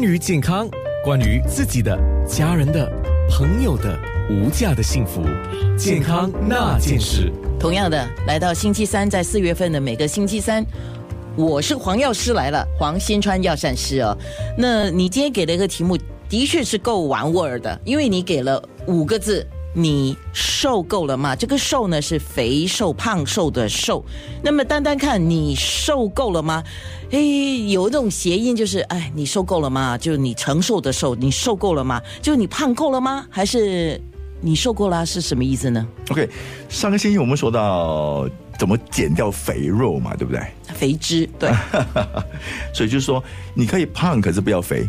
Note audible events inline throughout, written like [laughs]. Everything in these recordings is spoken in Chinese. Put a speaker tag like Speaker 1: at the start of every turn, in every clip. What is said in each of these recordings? Speaker 1: 关于健康，关于自己的、家人的、朋友的无价的幸福，健康那件事。
Speaker 2: 同样的，来到星期三，在四月份的每个星期三，我是黄药师来了，黄新川药膳师哦。那你今天给了一个题目，的确是够玩味儿的，因为你给了五个字。你瘦够了吗？这个瘦呢是肥瘦、胖瘦的瘦。那么单单看你瘦够了吗？诶，有一种谐音就是，哎，你瘦够了吗？就是你承受的瘦，你瘦够了吗？就是你胖够了吗？还是你瘦够了啊是什么意思呢？
Speaker 3: OK，上个星期我们说到怎么减掉肥肉嘛，对不对？
Speaker 2: 肥脂，对。
Speaker 3: 所以就是说，你可以胖，可是不要肥。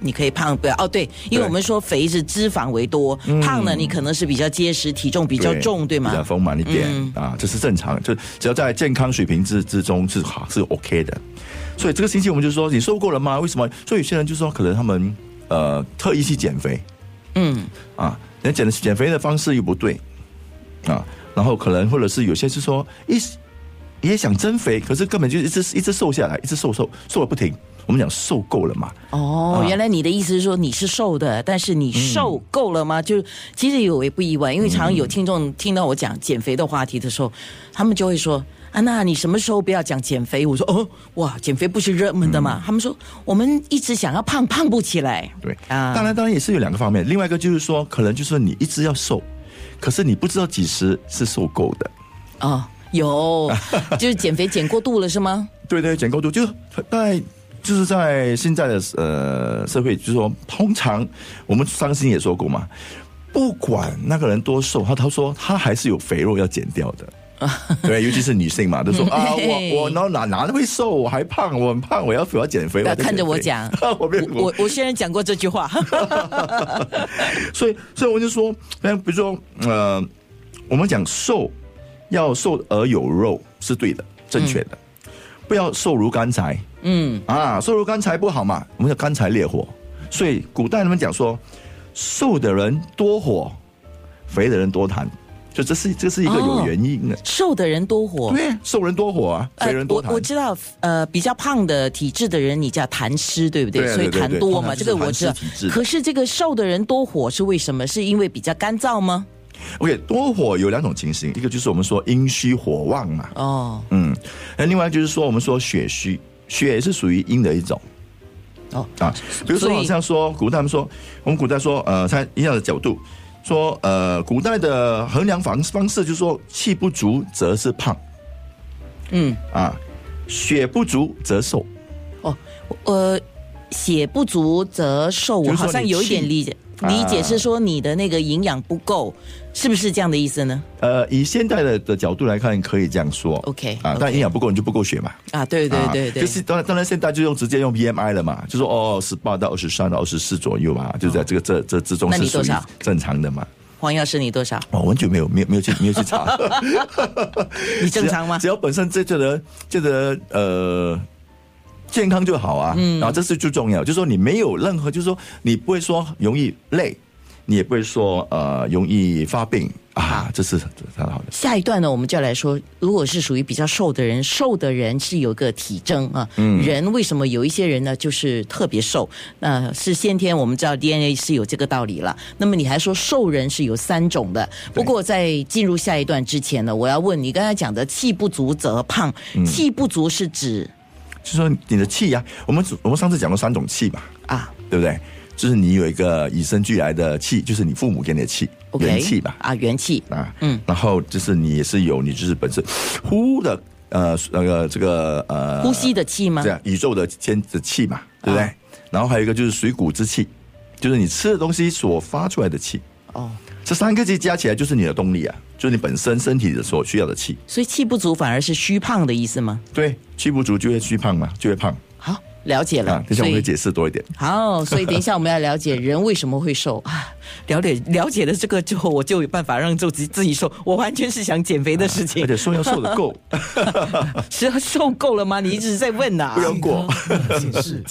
Speaker 2: 你可以胖不要哦，对，因为
Speaker 3: 对
Speaker 2: 我们说肥是脂肪为多，胖呢你可能是比较结实，体重比
Speaker 3: 比
Speaker 2: 较重，对
Speaker 3: 比较
Speaker 2: 吗？嗯
Speaker 3: 丰满一点、啊，这是正常，就只要在健康水平之之中是好是 OK 的。所以这个星期我们就说，你瘦够了吗？为什么？所以有些人就说，可能他们呃特意去减肥
Speaker 2: 嗯，
Speaker 3: 啊，人减的减肥的方式又不对啊，然后可能或者是有些是说一也想增肥，可是根本就一直一直瘦下来，一直瘦瘦瘦了不停。我们讲瘦够了嘛，
Speaker 2: 哦，
Speaker 3: 啊
Speaker 2: 原来你的意思是说你是瘦的，但是你瘦够了
Speaker 3: 嗯
Speaker 2: 吗？就其实有也不意外，因为常常有听众听到我讲减肥的话题的时候，他们就会说。安娜，你什么时候不要讲减肥？我说哦，哇，减肥不是热门的
Speaker 3: 嗯
Speaker 2: 嘛。他们说我们一直想要胖，胖不起来。
Speaker 3: 对，
Speaker 2: 啊
Speaker 3: 当然当然也是有两个方面，另外一个就是说，可能就是你一直要瘦，可是你不知道几时是瘦够的。
Speaker 2: 哦，
Speaker 3: [laughs]
Speaker 2: 有，就是减肥减过度了是吗？
Speaker 3: 对对，减过度就在就是在现在的呃社会，就是说，通常我们伤心也说过嘛，不管那个人多瘦，他他说他还是有肥肉要减掉的。 [laughs] 对，尤其是女性嘛，都 [laughs] 说啊，我我哪哪哪会瘦，我还胖，我很胖，我要我要减肥。
Speaker 2: 不
Speaker 3: [laughs]
Speaker 2: 要
Speaker 3: 在
Speaker 2: 看着
Speaker 3: 减肥
Speaker 2: 我讲
Speaker 3: 我没有
Speaker 2: 我我我虽然讲过这句话， [laughs]
Speaker 3: [laughs] 所以，所以我就说，那比如说，呃，我们讲瘦，要瘦而有肉是对的，正确的，不要瘦如干柴
Speaker 2: 嗯，
Speaker 3: 啊，瘦如干柴不好嘛，我们叫干柴烈火。所以古代人们讲说，瘦的人多火，肥的人多痰，就这是这是一个
Speaker 2: 哦
Speaker 3: 有原因的。
Speaker 2: 瘦的人多火。
Speaker 3: 对，瘦人多火啊，
Speaker 2: 哦呃
Speaker 3: 肥人多痰。
Speaker 2: 我我知道，呃，比较胖的体质的人，你叫痰湿，对不对？
Speaker 3: 对啊
Speaker 2: 所以
Speaker 3: 对对
Speaker 2: 痰
Speaker 3: 对
Speaker 2: 多
Speaker 3: 通
Speaker 2: 嘛，
Speaker 3: 常
Speaker 2: 这
Speaker 3: 就是
Speaker 2: 个我
Speaker 3: 痰
Speaker 2: 知
Speaker 3: 湿
Speaker 2: 道
Speaker 3: 体质。
Speaker 2: 可是这个瘦的人多火是为什么？是因为比较干燥吗？
Speaker 3: OK，多火有两种情形，一个就是我们说阴虚火旺嘛，
Speaker 2: 哦
Speaker 3: 嗯，那另外就是说，我们说血虚，血也是属于阴的一种
Speaker 2: 哦，
Speaker 3: 啊。比如
Speaker 2: 所
Speaker 3: 说，
Speaker 2: 以
Speaker 3: 好像说古代他们说，我们古代说，呃，在一样的角度说，呃，古代的衡量方方式就是说，气不足则是胖
Speaker 2: 嗯，
Speaker 3: 啊，血不足则瘦，
Speaker 2: 哦，呃，血不足则瘦，
Speaker 3: 就
Speaker 2: 我
Speaker 3: 是说
Speaker 2: 好像
Speaker 3: 你
Speaker 2: 有一点
Speaker 3: 气
Speaker 2: 理解，
Speaker 3: 啊
Speaker 2: 理解是说你的那个营养不够，是不是这样的意思呢？
Speaker 3: 呃，以现代的的角度来看，可以这样说
Speaker 2: OK，
Speaker 3: 啊
Speaker 2: OK，
Speaker 3: 但营养不够你就不够血嘛。
Speaker 2: 啊，对对
Speaker 3: 啊
Speaker 2: 对对，
Speaker 3: 就是当然当然现在就用直接用 BMI 了嘛，就说哦十八到二十三到二十四左右嘛，就在这个这这之中
Speaker 2: 哦那你
Speaker 3: 是属
Speaker 2: 多
Speaker 3: 于
Speaker 2: 少
Speaker 3: 正常的嘛。
Speaker 2: 黄药师你多少？
Speaker 3: 哦，我很久没有没有没有去没有去查，
Speaker 2: [laughs] 你正常吗
Speaker 3: 只？要本身这觉得觉得呃健康就好啊，
Speaker 2: 嗯
Speaker 3: 然后这是最重要，就是说你没有任何，就是说你不会说容易累，你也不会说呃容易发病啊，这是很好的。
Speaker 2: 下一段呢，我们就要来说，如果是属于比较瘦的人，瘦的人是有个体征啊。
Speaker 3: 嗯
Speaker 2: 人为什么有一些人呢，就是特别瘦？那、是先天，我们知道 DNA 是有这个道理了。那么你还说瘦人是有三种的。不过在进入下一段之前呢，我要问你刚才讲的气不足则胖，
Speaker 3: 嗯
Speaker 2: 气不足是指
Speaker 3: 就是说你的气呀、我们我们上次讲过三种气嘛，
Speaker 2: 啊
Speaker 3: 对不对？就是你有一个与生俱来的气，就是你父母给你的气，
Speaker 2: ，OK，
Speaker 3: 元气吧，
Speaker 2: 啊，元气，
Speaker 3: 啊，
Speaker 2: 嗯
Speaker 3: 嗯，然后就是你也是有，你就是本身呼的呃那个这个呃
Speaker 2: 呼吸的气吗
Speaker 3: 这？样宇宙的天的气嘛，对不对？
Speaker 2: 啊
Speaker 3: 然后还有一个就是水谷之气，就是你吃的东西所发出来的气，
Speaker 2: 哦，
Speaker 3: 这三个气加起来就是你的动力啊，就是你本身身体的所需要的气。
Speaker 2: 所以气不足反而是虚胖的意思吗？
Speaker 3: 对，气不足就会虚胖嘛，就会胖
Speaker 2: 好，了解了。
Speaker 3: 啊。等一下我
Speaker 2: 所以
Speaker 3: 会解释多一点。
Speaker 2: 好，所以等一下我们要了解人为什么会瘦 [laughs] 啊？了解了解了这个之后，我就有办法让自己自己瘦。我完全是想减肥的事情 [laughs]
Speaker 3: 而，且瘦要瘦的够，
Speaker 2: 是瘦够了吗？你一直在问呐、啊
Speaker 3: 不要过。
Speaker 1: 那件事。